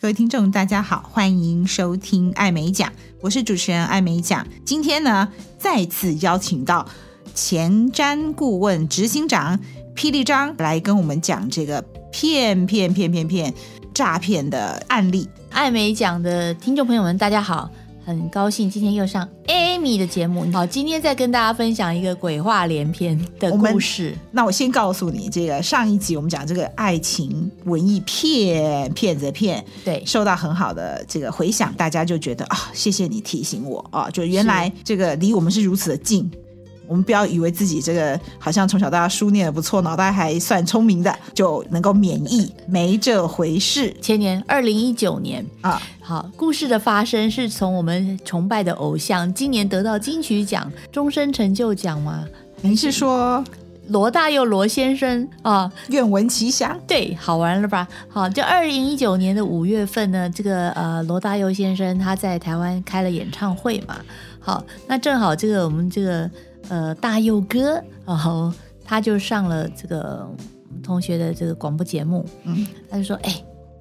各位听众，大家好，欢迎收听艾美奖，我是主持人艾美奖。今天呢，再次邀请到前瞻顾问执行长霹雳张来跟我们讲这个骗骗骗骗骗诈骗的案例。艾美奖的听众朋友们，大家好，很高兴今天又上 Amy 的节目。好，今天再跟大家分享一个鬼话连篇的我们故事。那我先告诉你，这个上一集我们讲这个爱情文艺骗骗子的骗，对，受到很好的这个回响，大家就觉得啊、谢谢你提醒我啊，就原来这个离我们是如此的近。我们不要以为自己这个好像从小到大书念的不错，脑袋还算聪明的，就能够免疫，没这回事前年二零一九年，啊！好，故事的发生是从我们崇拜的偶像，今年得到金曲奖终身成就奖吗？ 您是说罗大佑罗先生啊，愿闻其详？对，好玩了吧？好，就二零一九年的五月份呢，这个呃罗大佑先生他在台湾开了演唱会嘛。好，那正好这个我们这个呃大佑哥，然后他就上了这个我们同学的这个广播节目，嗯，他就说：“哎、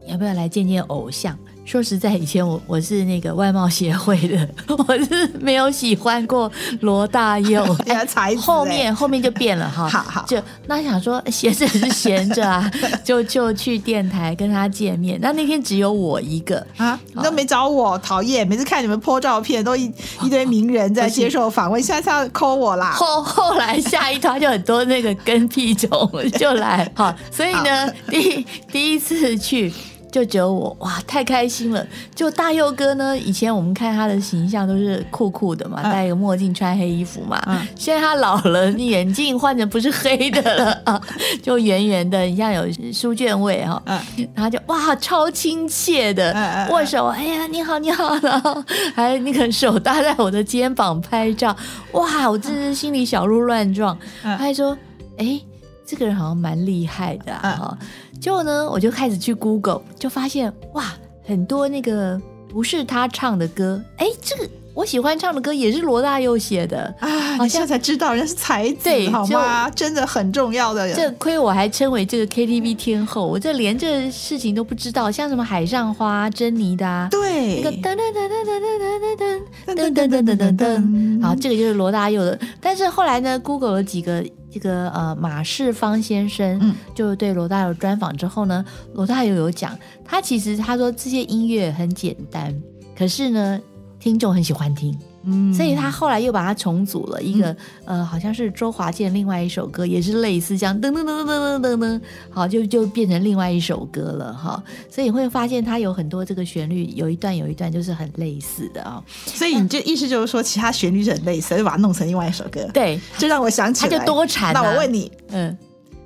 你要不要来见见偶像？”说实在，以前我我是那个外貌协会的，我是没有喜欢过罗 大佑。哎呀，才子后哎面后面就变 了哈，好好 就那想说闲着也是闲着 啊，就就去电台跟他见面。那那天只有我一个，啊，你都没找我，讨厌！每次看你们 po 照片，都一一堆名人在接受访问，下次要 call 我啦。后后来下一团就很多那个跟屁虫就来， 好，所以呢，第第一次去。就只有我哇，太开心了！就大佑哥呢，以前我们看他的形象都是酷酷的嘛，嗯戴一个墨镜，穿黑衣服嘛。嗯现在他老了，眼镜换成不是黑的了 啊，就圆圆的，你像有书卷味哈、嗯然后就哇，超亲切的嗯嗯嗯握手，哎呀，你好，你好，然后还那个手搭在我的肩膀拍照，哇，我真是心里小鹿乱撞。嗯他还说，哎，这个人好像蛮厉害的啊。嗯哈结果呢，我就开始去 Google，就发现哇，很多那个不是他唱的歌，哎，这个我喜欢唱的歌也是罗大佑写的。啊，好你现像在才知道人家是才子对好吗？真的很重要的。这亏我还称为这个 KTV 天后，我这连这事情都不知道，像什么海上花、珍妮的啊，对，那个噔噔噔噔噔噔噔噔噔噔噔噔噔噔，好，这个就是罗大佑的。但是后来呢，Google 了几个这个呃马世芳先生，嗯就对罗大佑专访之后呢，罗大佑有讲，他其实他说这些音乐很简单，可是呢。听众很喜欢听，嗯所以他后来又把它重组了一个，呃，好像是周华健另外一首歌，也是类似这样噔噔噔噔噔噔噔，好就就变成另外一首歌了哈。所以你会发现它有很多这个旋律，有一段有一段就是很类似的啊、所以你这意思就是说，其他旋律是很类似，就把它弄成另外一首歌，对，这让我想起它来。就多产、啊。那我问你，嗯，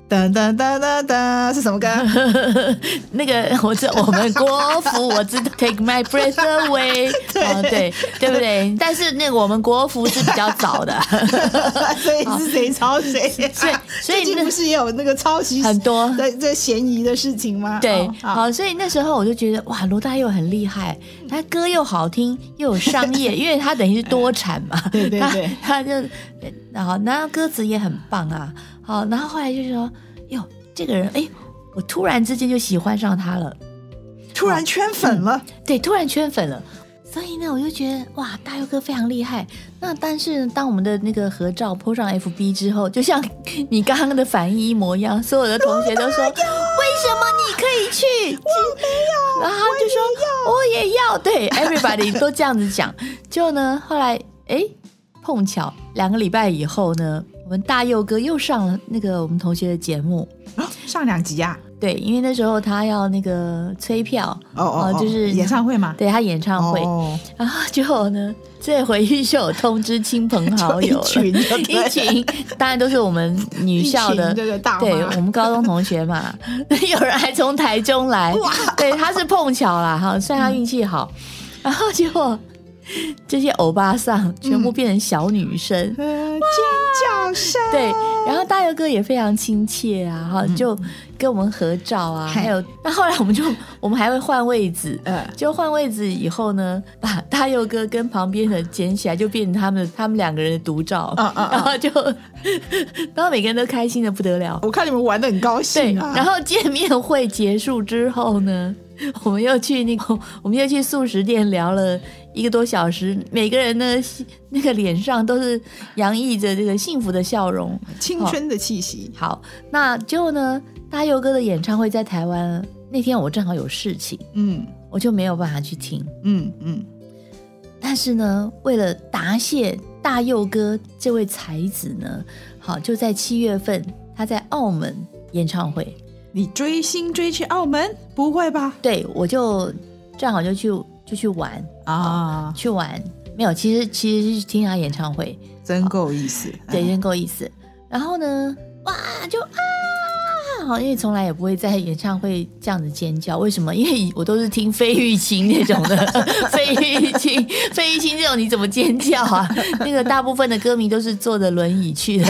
噔噔噔噔噔是什么 歌？那个我知我们国服，我 知道 Take My Breath Away，对哦 对对不对？但是那个我们国服是比较早的，所以是谁抄谁？哦所 以所以最近那不是也有那个抄袭很多的这嫌疑的事情吗？对哦，好好，所以那时候我就觉得哇，罗大佑很厉害，他歌又好听又有商 业，因为他等于是多产嘛，对对对他他就呃然后那歌词也很棒啊，好，然后后来就说哟，这个人哎，我突然之间就喜欢上他了，突然圈粉了。对，突然圈粉了。所以呢，我就觉得哇，大佑哥非常厉害。那但是当我们的那个合照 po 上 FB 之后，就像你刚刚的反应一模一样，所有的同学都说：“为什么你可以去？”我没有。然后他就说：“我也要。”对，everybody 都这样子讲。就呢，后来哎，碰巧两个礼拜以后呢，我们大佑哥又上了那个我们同学的节目。啊上两集啊，对，因为那时候他要那个催票，哦哦，哦就是演唱会嘛。对他演唱会。哦，然后结果呢，这回去就有通知亲朋好友了， 就一群就对了一群当然都是我们女校一群的这。个大对妈我们高中同学嘛， 有人还从台中来，对，他是碰巧啦，哈，算他运气嗯好。然后结果这些欧巴桑全部变成小女生，呃，尖叫声，对，然后大佑哥也非常亲切啊，哈，嗯就跟我们合照啊，嗨 还有那后来我们就我们还会换位置，呃，就换位置以后呢，把大 大佑哥跟旁边的捡起来，就变成他们他们两个人的 独照，嗯嗯嗯然 后就然后每个人都开心的不得了。我看你们玩的很高对，兴哦啊。然后见面会结束之后呢， 我们又去那个， 我们又去素食店聊了一个多小时，每个人呢 那个脸上都是洋溢着这个幸福的笑容。青春的气息，好，那就呢，大佑哥的演唱会在台湾那天，我正好有事情，嗯我就没有办法去听。嗯嗯，但是呢，为了答谢大佑哥这位才子呢，好就在七月份他在澳门演唱会，你追星追去澳门？不会吧？对我就正好就去就去玩啊，去玩，没有，其实其实是去听他演唱会，真够意思。啊对，嗯，真够意思。然后呢，哇，就啊，好，因为从来也不会在演唱会这样子尖叫，为什么？ 因为我都是听费玉清那种的， 费玉清，费玉清这种你怎么尖叫啊？ 那个大部分的歌迷都是坐着轮椅去 的，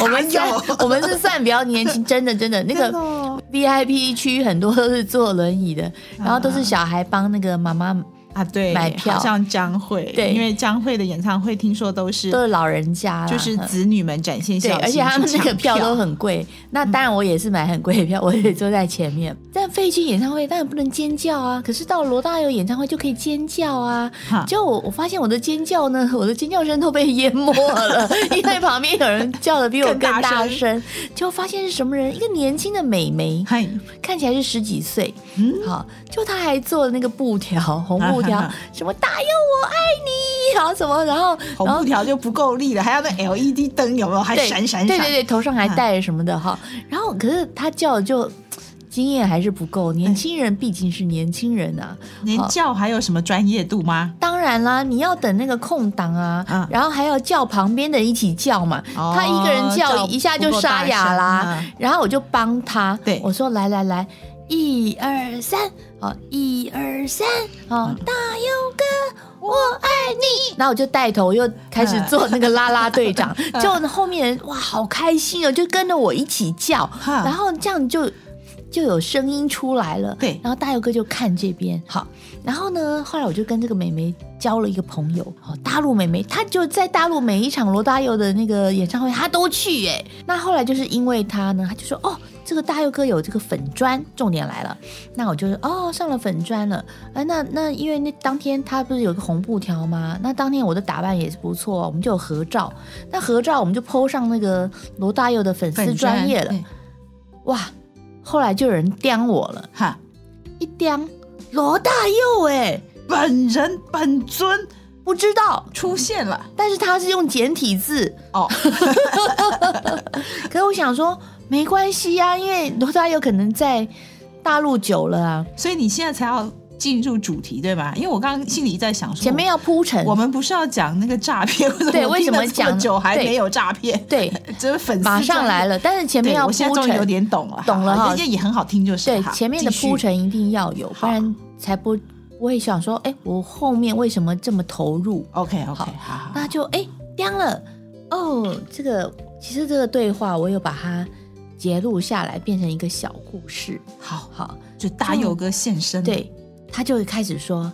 我们算 我们是算比较年轻，真的真的那真个的。哦 VIP 区很多都是坐轮椅的，然后都是小孩帮那个妈妈，啊，对，买票好像张惠，对因为张惠的演唱会听说都是都是老人家啦，就是嗯子女们展现孝对，心，而且他们那个票都很很贵。那当然，我也是买很贵的票， 我也坐在前面。但费玉清演唱会当然不能尖叫啊，可是到罗大佑演唱会就可以尖叫啊哈。就我我发现我的尖叫呢， 我的尖叫声都被淹没 了，因为旁边有人叫的比我更更大大声声。就发现是什么人？一个年轻的美眉，嗨，看起来是十几岁，嗯好，就他还做了那个布条，红布条，什么大佑我爱你，然后什么，然后然红后布条就不够力了，还要那 LED 灯有没有？还对闪嗯闪对闪，对对，头上还戴着什么的哈。然后可是他叫就经验还是不够，嗯年轻人毕竟是年轻人啊。连叫还有什么专业度吗？当然啦，你要等那个空档啊，嗯然后还要叫旁边的人一起叫嘛。哦他一个人叫叫一下就沙哑不够大啦声嗯。然后我就帮他，对我说来来来，一二三，好，一二三，好，大佑哥。我爱你，嗯嗯然后我就带头又开始做那个啦啦队长， 就后面人哇好开心哦，就跟着我一起叫，哈然后这样就就有声音出来了。对然后大佑哥就看这边，好，然后呢，后来我就跟这个美眉交了一个朋友，哦，大陆美眉，她就在大陆每一场罗大佑的那个演唱会，她都去耶。那后来就是因为她呢，她就说哦，这个大佑哥有这个粉砖，重点来了，那我就是哦上了粉砖了，哎，那那因为那当天他不是有个红布条吗？那当天我的打扮也是不错，我们就有合照，那合照我们就 PO 上那个罗大佑的粉丝专业了，对哇，后来就有人刁我了。哈，一刁罗大佑哎，本人本尊不知道，出现了但是他是用简体字，哦，可是我想说没关系呀、因为罗大佑可能在大陆久了啊，所以你现在才要进入主题对吧？因为我刚刚心里在想说，前面要铺陈我。们不是要讲那个诈骗， 对我为什么听了这讲久还对没有诈骗？ 对，这是粉丝马上来了，了，但是前面对要我铺现在终于有陈，点懂了，懂了好好哈人家也很好听就是对好前面的继续铺陈一定要有，不好然才不不会想说，哎，我后面为什么这么投入？ OK OK，好好好好那就哎刁了哦。这个其实这个对话我有把它截录下来，变成一个小故事。好，好，就大佑哥现身，，对，他就开始说：“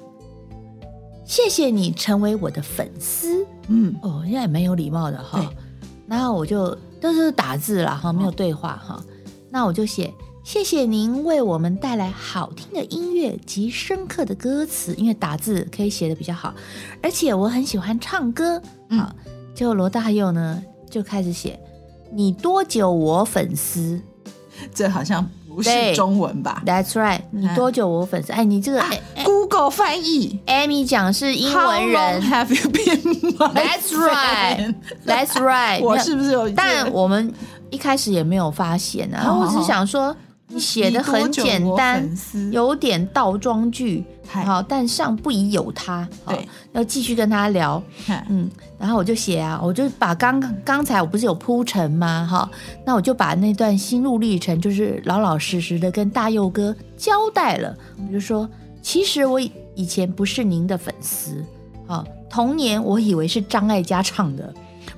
谢谢你成为我的粉丝。嗯”，哦，人家也蛮有礼貌的哈对。哦然后我就都是打字了哈，没有对话哈。那我就写：“谢谢您为我们带来好听的音乐及深刻的歌词，因为打字可以写的比较好，而且我很喜欢唱歌。”嗯好，结果罗大佑呢就开始写：“你多久我粉丝这好像不是对中文吧？”That's right，你多久我粉丝？哎，你这个、嗯啊哎哎？Google 翻译， Amy 讲是英 How 文 long 人 have you been? my That's right. friend？ ，That's right 没有。 我是不是有？但我们一开始也没有发现啊，好我只是想说你写的很简你多久我单粉，丝有点倒装句，嗨好，但上不宜有他，好对，要继续跟他聊。嗨嗯，然后我就写啊，我就把刚刚才我不是有铺陈吗？哈，那我就把那段心路历程，就是老老实实的跟大佑哥交代了。我就说，其实我以前不是您的粉丝，啊，童年我以为是张艾嘉唱的。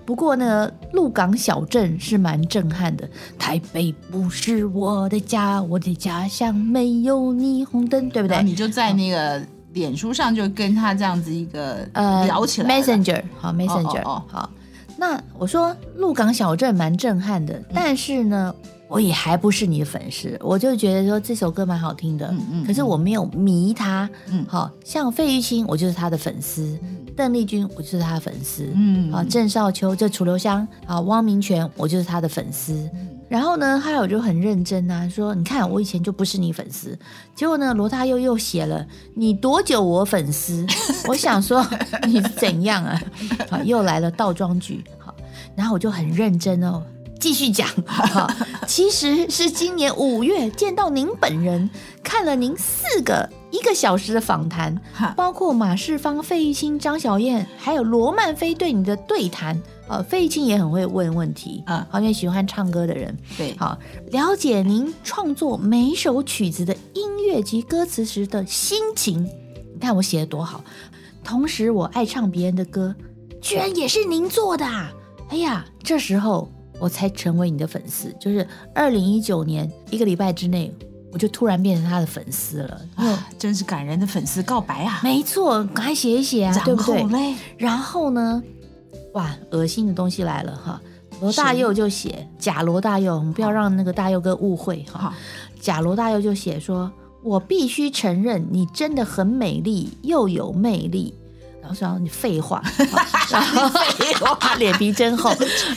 不过呢，鹿港小镇是蛮震撼的。台北不是我的家，我的家乡没有霓虹灯，对不然后对？你就在那个脸书上就跟他这样子一个呃聊起来了，Messenger 好，Messenger 哦哦好。那我说鹿港小镇蛮震撼嗯的，但是呢，我也还不是你的粉丝，我就觉得说这首歌蛮好听的，嗯嗯可是我没有迷他，嗯好像费玉清我就是他的粉丝，邓丽君我就是他的粉丝，嗯啊，郑少秋这楚留香啊，汪明荃我就是他的粉丝。然后呢，还有就很认真啊，说你看我以前就不是你粉丝，结果呢，罗大佑又写了你多久我粉丝，我想说 你是怎样啊？ 好，又来了倒装句，好，然后我就很认真哦。继 续讲，好，其实是今年五月见到您本人，看了您四个一个小时的访谈，哈包括马世芳、费玉清、张小燕，还有罗曼菲对你的对谈。呃，费玉清也很会问问题，嗯好，因为喜欢唱歌的人。对，好，了解您创作每首曲子的音乐及歌词时的心情。你看我写的多好，同时我爱唱别人的歌，居然也是您做的啊！哎呀，这时候我才成为你的粉丝，就是二零一九年一个礼拜之内，我就突然变成他的粉丝了。因为啊，真是感人的粉丝告白啊！没错，赶快写一写啊，对然不对后？嘞，然后呢，哇，恶心的东西来了哈！罗大佑就写假罗大佑，我们不要让那个大佑哥误会哈。好，假罗大佑就写说：“我必须承认，你真的很美丽，又有魅力。”然后说你废话， 然后废话，脸皮真厚。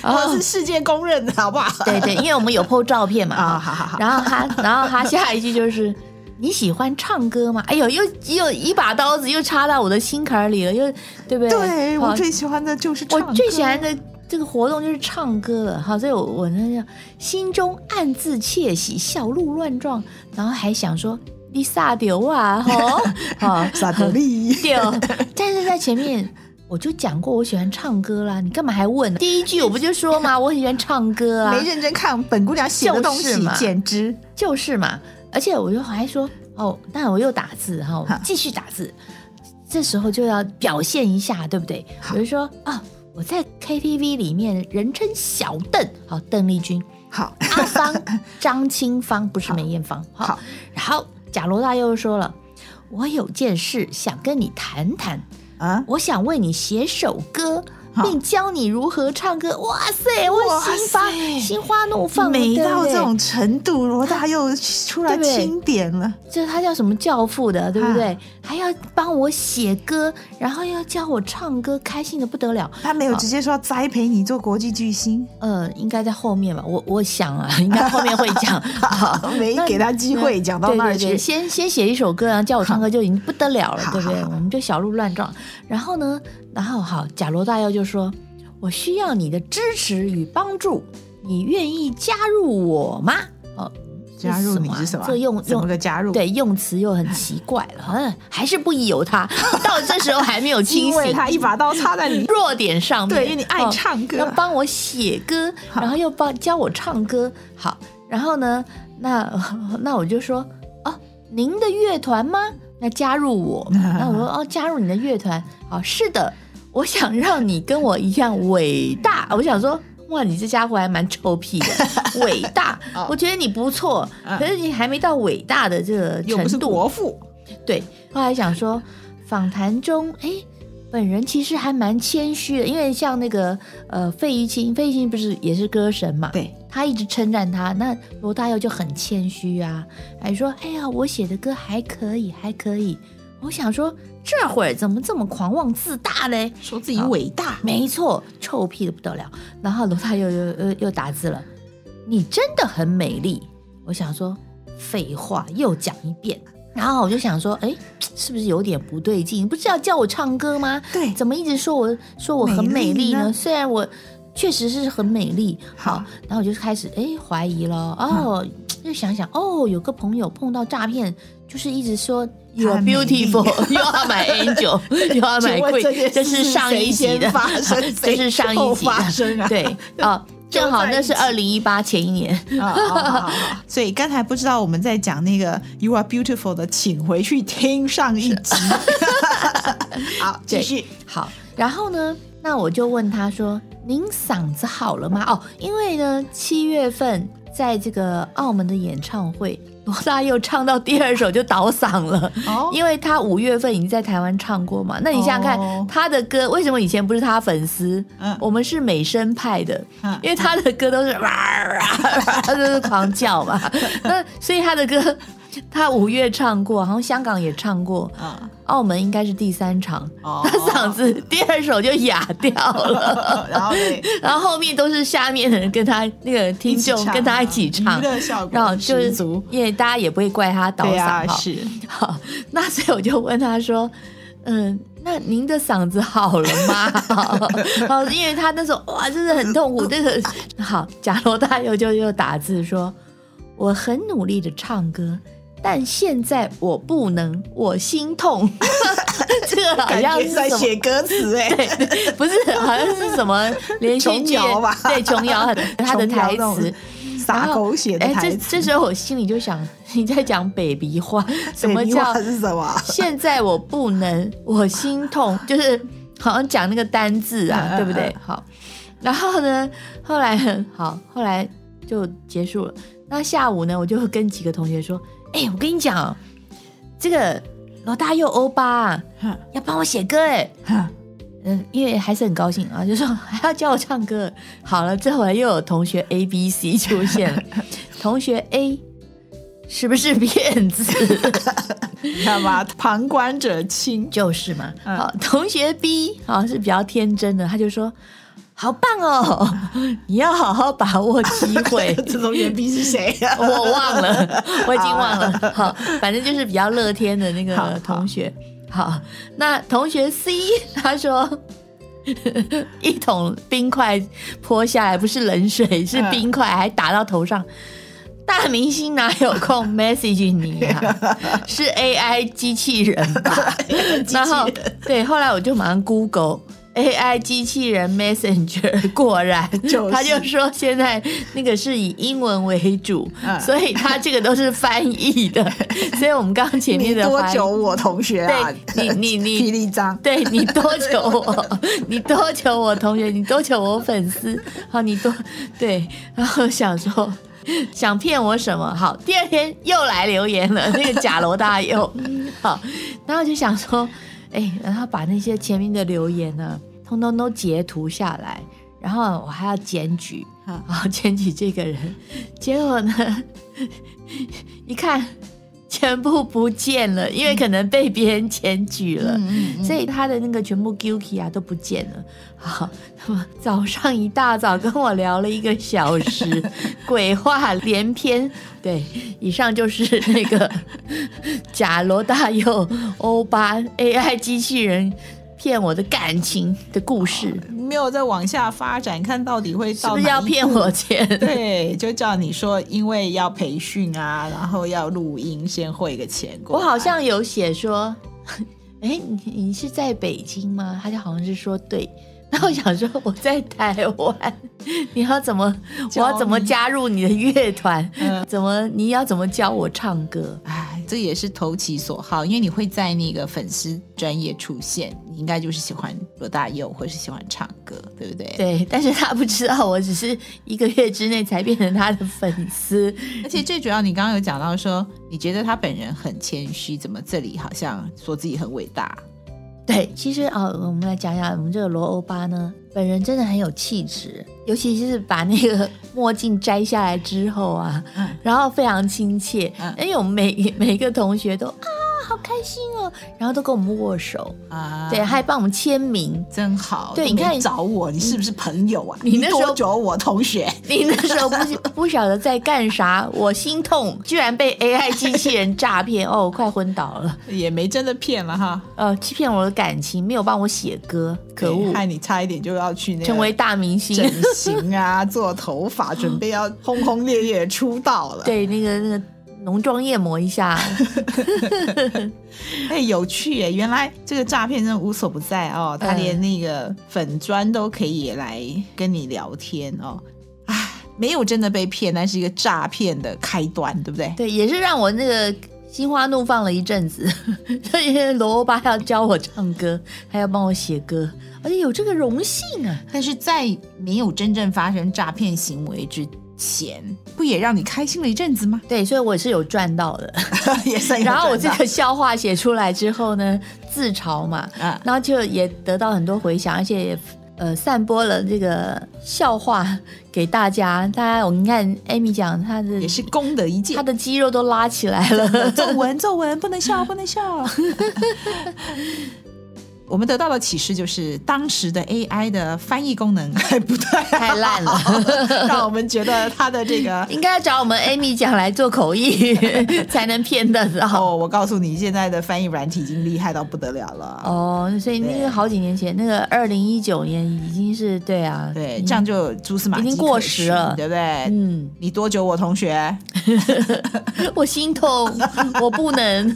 然我后是世界公认的，好不好？哦对对，因为我们有 PO 照片嘛啊，哈好好好， 然后他，然后他下一句就是。你喜欢唱歌吗？哎呦，又又一把刀子又插到我的心坎儿里了，又对不对？对好我最喜欢的就是唱我歌最喜欢的这个活动就是唱歌了，好，所以我我那叫心中暗自窃喜，小鹿乱撞，然后还想说你撒丢 啊，吼，好萨德利，丢， 但是在前面。我就讲过我喜欢唱歌啦，你干嘛还问？第一句我不就说嘛，我很喜欢唱歌啊，没认真看本姑娘写的东就是西嘛，简直就是嘛。而且我就还说哦，但我又打字哈，我哈继续打字。这时候就要表现一下，对不对？好我就说啊、我在 KTV 里面人称小邓，好，邓丽君、好阿 芳、张清芳，不是梅艳芳。好好然后贾罗大佑说了，我有件事想跟你谈谈。啊！我想为你写首歌，好并教你如何唱歌。哇塞，我哇心发塞心花怒放，美对不到对这种程度，罗大佑出来对不对清点了，就是他叫什么教父的，对不对？啊还要帮我写歌，然后要教我唱歌，开心的不得了。他没有直接说栽培你做国际巨星，呃，应该在后面吧，我我 想啊，应该后面会讲。好没那给他机会讲到那儿对对去。对先先写一首歌，然后叫我唱歌就已经不得了了，好对不对？好我好们就小鹿乱撞。然后呢，然后好，假罗大佑就说：“我需要你的支持与帮助，你愿意加入我吗？”哦，这加入你啊是什么？这用怎用么个加入？，对，用词又很奇怪了，嗯，还是不宜有他。 到这时候还没有清因为醒，他一把刀插在你， 弱点上面。 对，因为你爱哦唱歌嗯要，帮我写歌，好然后又帮教我唱歌。好，然后呢，那 那我就说，哦，您的乐团吗？那加入 我。那我说，哦，加入你的乐团。好，是的，我想让你跟我一样伟大。我想说。哇，你这家伙还蛮臭 屁的，伟大哦，我觉得你不错，嗯可是你还没到伟大的这个又不是程度。国父，对，后来想说，访谈中，哎，本人其实还蛮谦虚的，因为像那个呃费玉清，费玉清不是也是歌神嘛，对，他一直称赞他，那罗大佑就很谦虚啊，还说，哎呀，我写的歌还可以，还可以。我想说，这会儿怎么这么狂妄自大嘞？说自己伟大，没错，臭屁的不得了。然后罗大佑又又又打字了，你真的很美丽。我想说，废话又讲一遍。然后我就想说，哎，是不是有点不对劲？不是要叫我唱歌吗？对，怎么一直说我说我很美美丽丽呢？呢虽然我确实是很美丽，好，然后我就开始哎怀疑了，哦，又想想哦，有个朋友碰到诈骗，就是一直说 You are 很美丽 beautiful, you are my angel, you are 请 my 问这件事 queen，这是上一集谁的先， 发生，这谁是上一后集发 的，生啊，对啊，就正好在那一是起二零一八前一年，啊好好好 好所以刚才不知道我们在讲那个 “You are beautiful” 的，请回去听上一 集。 好，继续。好，然后呢，那我就问他说：“您嗓子好了吗？”哦，因为呢，七月份在这个澳门的演唱会，罗大佑唱到第二首就倒嗓了，哦 因为他五月份已经在台湾唱过嘛。那你想想看，哦他的歌为什么以前不是他粉丝？嗯我们是美声派的，嗯因为他的歌都是哇啊，就是狂叫嘛。那所以他的歌，他五月唱过，然后香港也唱过，啊，澳门应该是第三场，哦他嗓子第二首就哑掉了。 然后嘞然后后面都是下面的人跟他那个听众跟他一起唱啊娱，乐效然后果就是十足，因为大家也不会怪他倒对嗓啊，哈。是好， 那所以我就问他说：“嗯，那您的嗓子好了吗？” 好，因为他那时候哇，真的很 痛苦。那个好，假罗大佑就又打字说：“我很努力的唱歌。”但现在我不能，我心痛。 这个好感像觉啊是是在什么写歌词哎，对， 不是，好像是什么连续琼剧瑶吧对，琼 瑶他的台词。撒狗血的哎，台这词，这时候我心里就想，你在讲北鼻话，什么北鼻叫话是什 么？现在我不能，我心 痛，就是好像讲那个单字啊，嗯嗯对不对？好，然后呢，后来 好，后来就结束了。那下午呢，我就跟几个同学说，哎、我跟你讲哦，这个罗大佑欧巴、啊、哼要帮我写歌哎。哼嗯，因为还是很高兴啊，就说还要教我唱歌。好了，这会儿又有同学 A、B、C 出 现了。同学 A 是不是骗子？你看吧，旁观者清， 就是嘛。嗯好，同学 B 好像是比较天真的，他就说：“好棒哦， 你要好好把握机会。”这种原逼是谁啊呀？我忘 了，我已经忘了。好，反正就是比较乐天的那啊好个好同学。好，那同学 C 他说。一桶冰块泼下来，不是冷水，是嗯冰块，还打到头上。大明星哪有空 message 你 啊？是 AI 机器人吧？然后对，后来我就马上 Google AI 机器人 Messenger，果然就是他就说现在那个是以英文为主，嗯所以他这个都是翻译的。所以我们刚刚前你面的多翻译久？我同学啊？对你你 你霹雳张，对你多求我，你多求我同学，你多求我粉丝，好，你多对，然后想说想骗我什么？好，第二天又来留言了，那个假罗大佑，好，然后就想说，哎，然后把那些前面的留言呢，通通都截图下来，然后我还要检举，啊啊，检举这个人，结果呢， 一看 全部不见了，因为可能被别人检举了。嗯所以他的那个全部 guilty 啊都不见了。 好，那么早上一大早跟我聊了一个小 时，鬼话连篇。对，以上就是那 个假罗大佑欧巴 AI 机器人骗我的感情的故事，没有再往下发展，看到底会是到不是要哪一骗我钱？对，就叫你说，因为要培训啊，然后要录音，先汇个钱过我来。好像有写说， 哎、你你是在北京吗？他就好像是说对。 那我想说我在台湾，你要怎么，我教要怎么你加入你的乐团？嗯怎么你要怎么教我唱歌？哎，这也是投其所好，因为你会在那个粉丝专业出现，你应该就是喜欢罗大佑，或是喜欢唱歌，对不对？，对，但是他不知道我只是一个月之内才变成他的粉丝，而且最主要，你刚刚有讲到说，你觉得他本人很谦虚，怎么这里好像说自己很伟大？对，其实啊、呃我们来讲一下，我们这个罗欧巴呢，本人真的很有气质，尤其是把那个墨镜摘下来之后啊，嗯然后非常亲切，嗯因为我们每每一个同学都啊好开心哦，然后都跟我们握手，啊，对，还帮我们签名。真好。对都没你看找我，你是不是朋友啊？你那时候多久我同学？你那时候不不晓得在干啥，我心痛，居然被 AI 机器人诈骗，哦，我快昏倒了，也没真的骗了哈，呃，欺骗我的感情，没有帮我写歌，可恶，害你差一点就要去那个成为大明星，整形啊，做头 发，准备要轰轰烈烈地出道了。，对，那个那个浓妆艳抹一下，哎，有趣耶！原来这个诈骗真的无所不在哦，他嗯连那个粉砖都可以来跟你聊天哦。唉，没有真的被骗，那是一个诈骗的开端，对不对？对，也是让我那个心花怒放了一阵子。 所以罗欧巴要教我唱歌，还要帮我写歌，而且有这个荣幸啊！但是在没有真正发生诈骗行为之钱，不也让你开心了一阵子吗？对，所以我是有赚到的。 也算有然后我哎这赚到个笑话写出来之后呢，自嘲嘛，啊，然后就也得到很多回响，而且也呃散播了这个笑话给大家。大家，我们看艾米讲她的也是功德一件呃她。的肌肉都拉起来了。皱纹，皱纹，不能笑，不能笑。 我们得到的启示就是，当时的 AI 的翻译功能还不 太好太烂了， 让我们觉得它的这个。应该找我们 Amy 讲来做口 译，才能骗得到。哦，我告诉你，现在的翻译软体已经厉害到不得了了。哦，所以那对个好几年前，那个二零一九年已经是对啊，对，嗯这样就蛛丝马迹已经过可时循了对不对？嗯，你多久？我同学，我心痛， 我不能。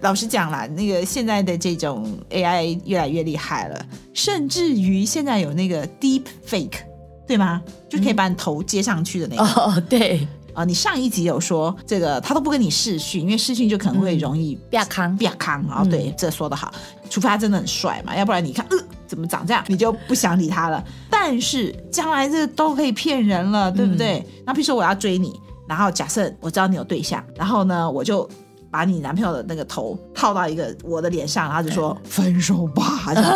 老实讲啦，那个现在的这种 AI 越来越厉害了，甚至于现在有那个 Deep Fake，对吗？就嗯可以把你头接上去的那个。 哦，对，啊，你上一集有说这个，他都不跟你视讯，因为视讯就可能嗯会容易不要扛。变康嗯啊。对，这说的好，除非他真的很帅嘛，要不然你看，呃，怎么长这样，你就不想理他了。但是将来这都可以骗人了，对嗯不对？那比如说我要追你，然后假设我知道你有对象，然后呢，我就。把你男朋友的那个头套到一个我的脸上，然后就说分手吧，这样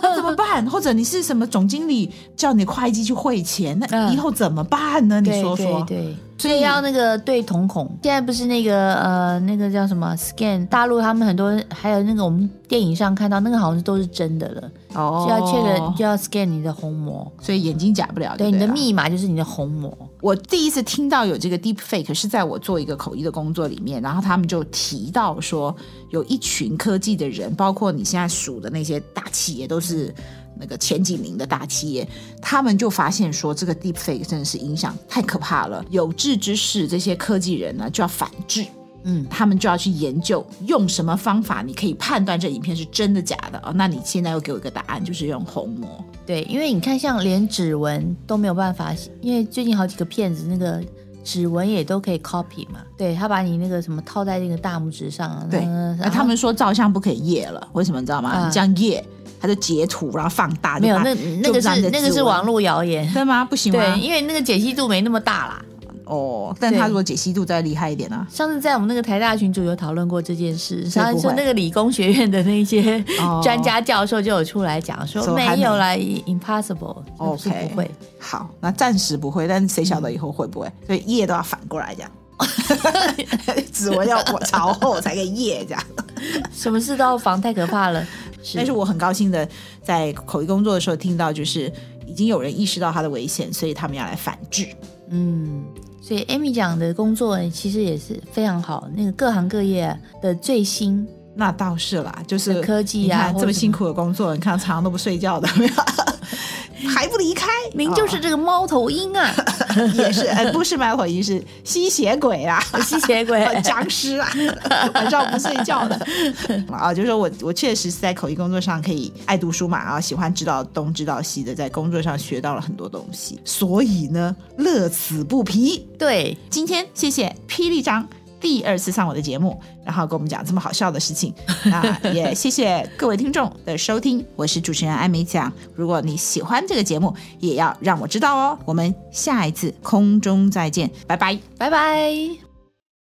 那怎么办？或者你是什么总经理叫你会计去汇钱，那嗯以后怎么办呢？你对说说。对对，所以要那个对瞳孔。现在不是那个呃，那个叫什么 scan，大陆他们很多，还有那个我们电影上看到那个好像都是真的了，哦就要确认就要 scan 你的虹膜。所以眼睛假不了就对，啊你对啊的了。密码就是你的虹膜。我第一次听到有这个 deep fake 是在我做一个口译的工作里面，然后他们就提到说，有一群科技的人，包括你现在数的那些大企业，都是那个前几名的大企业，他们就发现说，这个 deep fake 真的是影响太可怕了。有志之士，这些科技人呢就要反制。嗯，他们就要去研究用什么方法，你可以判断这影片是真的假的哦。那你现在又给我一个答案，就是用虹膜。对，因为你看，像连指纹都没有办法，因为最近好几个骗子那个。指纹也都可以 copy 嘛？对他把你那个什么套在那个大拇指上啊，对，嗯那他们说照相不可以夜了，为什么你知道吗？嗯你这样夜，他就截图然后放大，没有就把那那就个把你的是那个指是纹网络谣言， 对吗？不行吗对，？因为那个解析度没那么大啦。哦，但他如果解析度再厉害一点呢、上次在我们那个台大群组有讨论过这件事，所以上不次会那个理工学院的那些哦专家教授就有出来讲说说还没没有啦，impossible，是 OK 不会。好，那暂时不会，但谁晓得以后会不会？所以夜都要反过来 这样，指纹要我朝后才可以夜这样。什么事都要防，太可怕 了。但是我很高兴的在口译工作的时候听到，就是已经有人意识到它的危险，所以他们要来反制。嗯，所以 Amy 讲的工作其实也是非常好，那个各行各业的最新那倒是啦，就是科技啊你看或者这么什么辛苦的工作，你看常常都不睡觉的，没 有还不离开，您就是这个猫头鹰啊，哦也 是，呃，不是猫头鹰，是吸血鬼 啊。吸血鬼。 僵尸啊，晚上不睡觉的 啊，就是说我我确实是在口译工作上可以爱读书嘛，然后喜欢知道东知道西的，在工作上学到了很多东西，所以呢，乐此不疲。对，今天谢谢霹雳张第二次上我的节目，然后跟我们讲这么好笑的事情，那也谢谢各位听众的收听，我是主持人艾美奖。如果你喜欢这个节目，也要让我知道哦。我们下一次空中再见，拜拜。拜拜。